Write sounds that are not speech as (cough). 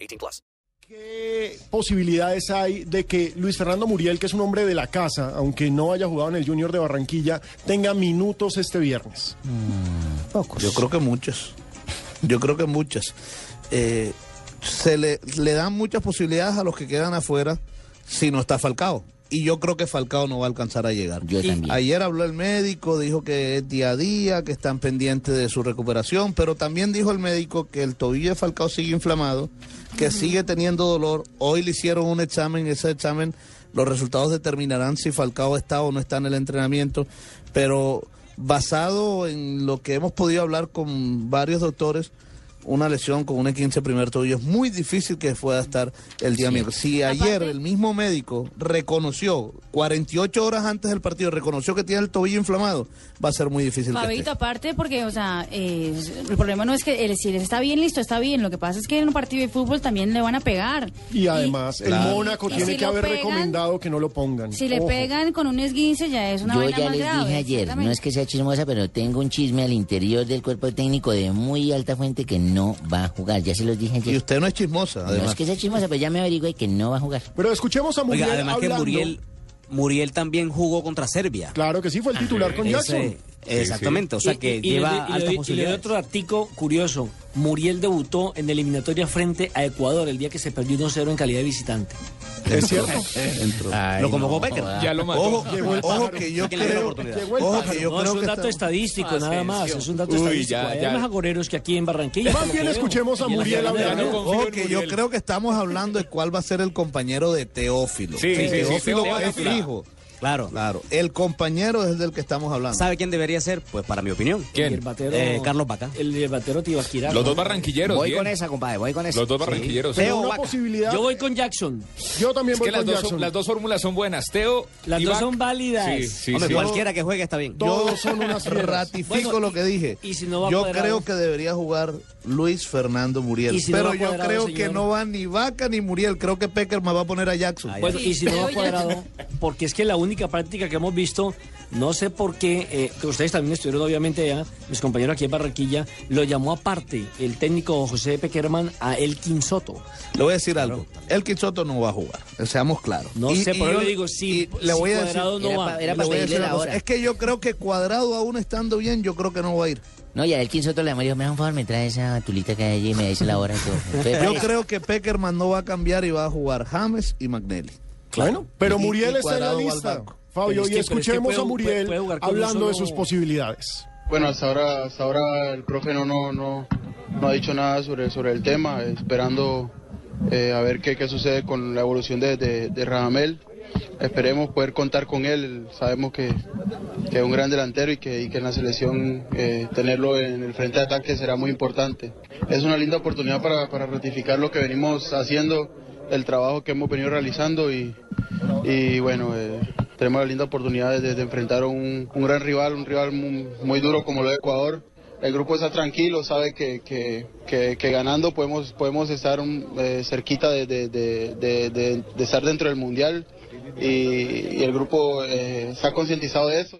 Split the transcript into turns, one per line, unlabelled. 18 plus.
¿Qué posibilidades hay de que Luis Fernando Muriel, que es un hombre de la casa, aunque no haya jugado en el Junior de Barranquilla, tenga minutos este viernes?
Yo creo que muchas. Yo creo que muchas. Eh, se le, le dan muchas posibilidades a los que quedan afuera si no está Falcao. Y yo creo que Falcao no va a alcanzar a llegar.
Yo también.
Ayer habló el médico, dijo que es día a día, que están pendientes de su recuperación, pero también dijo el médico que el tobillo de Falcao sigue inflamado, que sigue teniendo dolor. Hoy le hicieron un examen, ese examen, los resultados determinarán si Falcao está o no está en el entrenamiento, pero basado en lo que hemos podido hablar con varios doctores, una lesión con un 15 primer tobillo es muy difícil que pueda estar el día miércoles. Si ayer el mismo médico reconoció, 48 horas antes del partido, reconoció que tiene el tobillo inflamado, va a ser muy difícil. que
Fabito,
esté.
aparte, porque, o sea, eh, el problema no es que él, si él está bien, listo, está bien. Lo que pasa es que en un partido de fútbol también le van a pegar.
Y además, el
Claro.
Mónaco
y
tiene
si
que
lo
haber
pegan,
recomendado que no lo pongan.
Si le
Ojo.
pegan con un esguince, ya es una
Yo
vaina
ya
más
les
grave,
dije ayer, no es
exactamente.
que sea chismosa, pero tengo un chisme al interior del cuerpo técnico de muy alta fuente que no va a jugar. Ya se los dije
Y
ayer.
usted no es chismosa,
No
además.
es que sea chismosa, pero ya me averigüé que no va a jugar.
Pero escuchemos a Muriel
Oiga, además
hablando.
que Muriel, Muriel también jugó contra Serbia.
Claro que sí, fue el titular con Jackson.
Ese- exactamente, o sea que
le
lleva
doy- y le
altas
doy- Y le
posibilidades.
doy otro artículo curioso. Muriel debutó en la eliminatoria frente a Ecuador el día que se perdió 1-0 en calidad de visitante.
Es cierto.
Entró.
Lo convocó Becker.
Ya lo mató.
Ojo,
Llegó el
ojo
pájaro.
que yo
¿A quién le dio la
creo,
oportunidad?
Llegó el
ojo
pájaro.
que yo
no, es
creo
un
que
dato
está-
estadístico, nada más. Es un dato
Uy,
estadístico.
ya,
Hay
ya.
más agoreros que aquí en Barranquilla.
Más
por lo
bien
que veo.
escuchemos a
Y en la
Muriel
final de la
hablando.
Copa.
confío
Ojo
en
que yo
Muriel.
creo que estamos hablando de cuál va a ser el compañero de Teófilo.
Sí, sí, sí,
Teófilo
Teófilo.
es fijo.
Claro.
Claro, el compañero es del que estamos hablando.
¿Sabe quién debería ser? Pues para mi opinión.
Y el batero-
Eh, Carlos Vaca.
El batero Tibaquirá.
Los
¿no?
dos barranquilleros.
Voy
bien.
con esa, compadre, voy con esa.
Los dos barranquilleros. pues,
Pero
Es
una posibilidad.
Yo voy con Jackson.
Yo también voy
que las
con
dos,
Jackson.
son- las dos fórmulas son buenas. Teo.
Las
y
dos
Vaca.
son válidas.
Sí, sí,
Hombre,
sí.
cualquiera que juegue está bien.
Todos son
(laughs)
unas fieras.
Ratifico
Bueno,
lo que
y-
dije.
y si no va
yo
cuadrado.
creo que debería jugar Luis Fernando Muriel.
Y si no
pero
va
yo
cuadrado,
creo que
señor.
no va ni Vaca ni Muriel. Creo que Peckerman va a poner a Jackson.
Ay,
Bueno,
Sí,
y si no
creo
va
ya.
cuadrado, porque es que la única práctica que hemos visto, no sé por qué, eh, que ustedes también estuvieron obviamente ya, mis compañeros aquí en Barranquilla, lo llamó aparte el técnico José Pequerman a Elkin Soto.
Le voy a decir algo. El Quichoto no va a jugar. Seamos claros.
No sé, por
yo
eso le digo, si,
y le
si
voy a decir.
cuadrado
era
no
pa-
va.
le voy
era
a
para
decir
pedirle
una
la
cosa.
hora.
Es que yo creo que cuadrado aún estando bien, yo creo que no va a ir.
No, ya el 15 otro le llamó y dijo, me da un favor, me trae esa tulita que hay allí y me dice la
(laughs)
hora y todo. Entonces,
Yo
parece-
creo que Peckerman no va a cambiar y va a jugar James y Magnelli.
Bueno, pero
Y-
Muriel está
y
en la
Cuadrado va al
lista.
banco.
Fabio,
Pero es
y
que- pero es que
escuchemos
puede-
a Muriel
puede- puede jugar con un
hablando de
solo-
sus posibilidades.
Bueno, hasta ahora, hasta ahora el profe no, no, no, no ha dicho nada sobre, sobre el tema, esperando eh, a ver qué, qué sucede con la evolución de, de, de Radamel. Esperemos poder contar con él, sabemos que, que es un gran delantero y que, y que en la selección eh, tenerlo en el frente de ataque será muy importante. Es una linda oportunidad para, para ratificar lo que venimos haciendo, el trabajo que hemos venido realizando y, y bueno, eh, tenemos la linda oportunidad de, de enfrentar a un, un gran rival, un rival muy, muy duro como lo de Ecuador. El grupo está tranquilo, sabe que, que- que- que ganando podemos, podemos estar un, eh, cerquita de, de- de- de- de- de estar dentro del Mundial y, y el grupo eh, está concientizado de eso.